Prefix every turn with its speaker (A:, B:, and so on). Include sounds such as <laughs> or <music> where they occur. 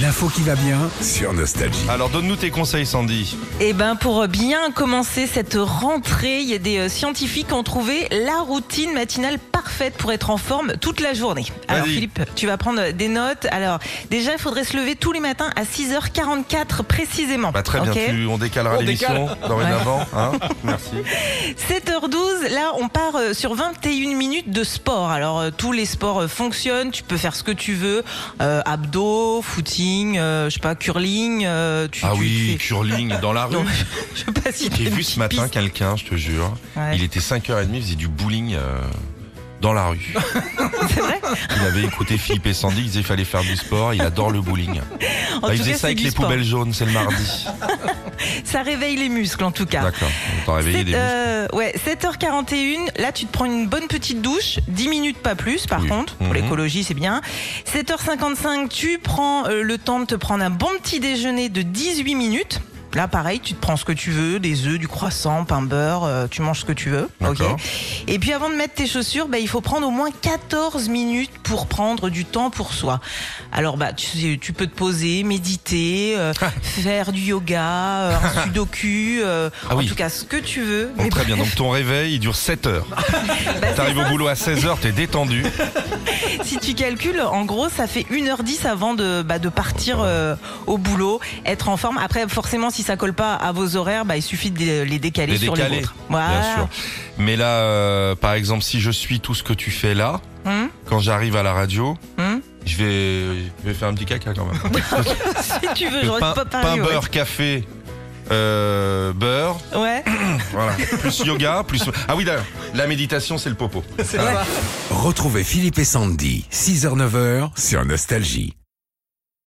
A: l'info qui va bien.
B: sur Nostalgie.
C: Alors donne-nous tes conseils Sandy.
D: Eh ben pour bien commencer cette rentrée, il y a des euh, scientifiques qui ont trouvé la routine matinale parfaite pour être en forme toute la journée. Alors
C: Vas-y.
D: Philippe, tu vas prendre des notes. Alors déjà, il faudrait se lever tous les matins à 6h44 précisément.
C: Bah très
D: Ok
C: bien, tu- on décalera l'émission dorénavant. Hein <laughs> Merci.
D: 7h12, là on part euh, sur 21 minutes de sport. Alors euh, tous les sports euh, fonctionnent, tu peux faire ce que tu veux, Euh, abdos, footing, euh, je sais pas, curling, euh, tu,
C: Ah
D: tu-
C: oui,
D: tu fais-
C: curling dans
D: <laughs>
C: la rue.
D: Non, je sais pas si
C: J'ai
D: t'as
C: vu
D: une
C: ce matin
D: piste.
C: quelqu'un, je te jure.
D: Ouais.
C: Il était 5h30, il faisait du bowling euh, dans la rue.
D: <laughs> C'est vrai
C: Il avait écouté Philippe et Sandy, il disait qu'il fallait faire du sport, il adore le bowling.
D: <laughs> En
C: Ah, il
D: tout
C: faisait
D: cas,
C: ça
D: c'est
C: avec
D: du
C: les
D: sport.
C: poubelles jaunes, c'est le
D: <laughs>
C: mardi.
D: Ça réveille les muscles en tout cas.
C: D'accord, on t'a réveillé
D: Sept-
C: des muscles.
D: euh, ouais, 7h41, là tu te prends une bonne petite douche, 10 minutes pas plus par
C: Oui.
D: contre, pour
C: Mhm.
D: l'écologie c'est bien. 7h55, tu prends euh, le temps de te prendre un bon petit déjeuner de 18 minutes. Là pareil, tu te prends ce que tu veux, des œufs, du croissant, pain beurre, euh, tu manges ce que tu veux. ok
C: D'accord.
D: Et puis avant de mettre tes chaussures, bah, il faut prendre au moins 14 minutes pour prendre du temps pour soi. Alors bah tu, tu peux te poser, méditer,
C: <laughs>
D: euh, faire du yoga, euh, un sudoku, euh,
C: Ah
D: en
C: oui.
D: tout cas ce que tu veux.
C: Bon,
D: Mais
C: très
D: bah,
C: bien, donc ton réveil il dure 7
D: <laughs>
C: heures.
D: c'est
C: T'arrives au boulot à 16h, t'es détendu.
D: <laughs> si tu calcules, en gros, ça fait 1h10 avant de, bah, de partir euh, au boulot, être en forme. Après, forcément, si ça colle pas à vos horaires, bah, il suffit de les décaler
C: Les
D: sur
C: décaler,
D: les vôtres.
C: Bien sûr. Mais là, euh, par exemple, si je suis tout ce que tu fais là,
D: Hum,
C: quand j'arrive à la radio,
D: hum.
C: je vais, je vais faire un petit caca quand
D: <laughs>
C: même.
D: si tu veux,
C: Le
D: j'aurais
C: pain,
D: pas
C: pain,
D: parlé. ouais.
C: beurre, café, euh, beurre,
D: Ouais.
C: voilà. plus yoga, plus. Ah oui, d'ailleurs, la méditation, c'est le popo.
A: C'est ça.
C: Ah.
B: Retrouvez Philippe et Sandy, 6h-9h sur Nostalgie.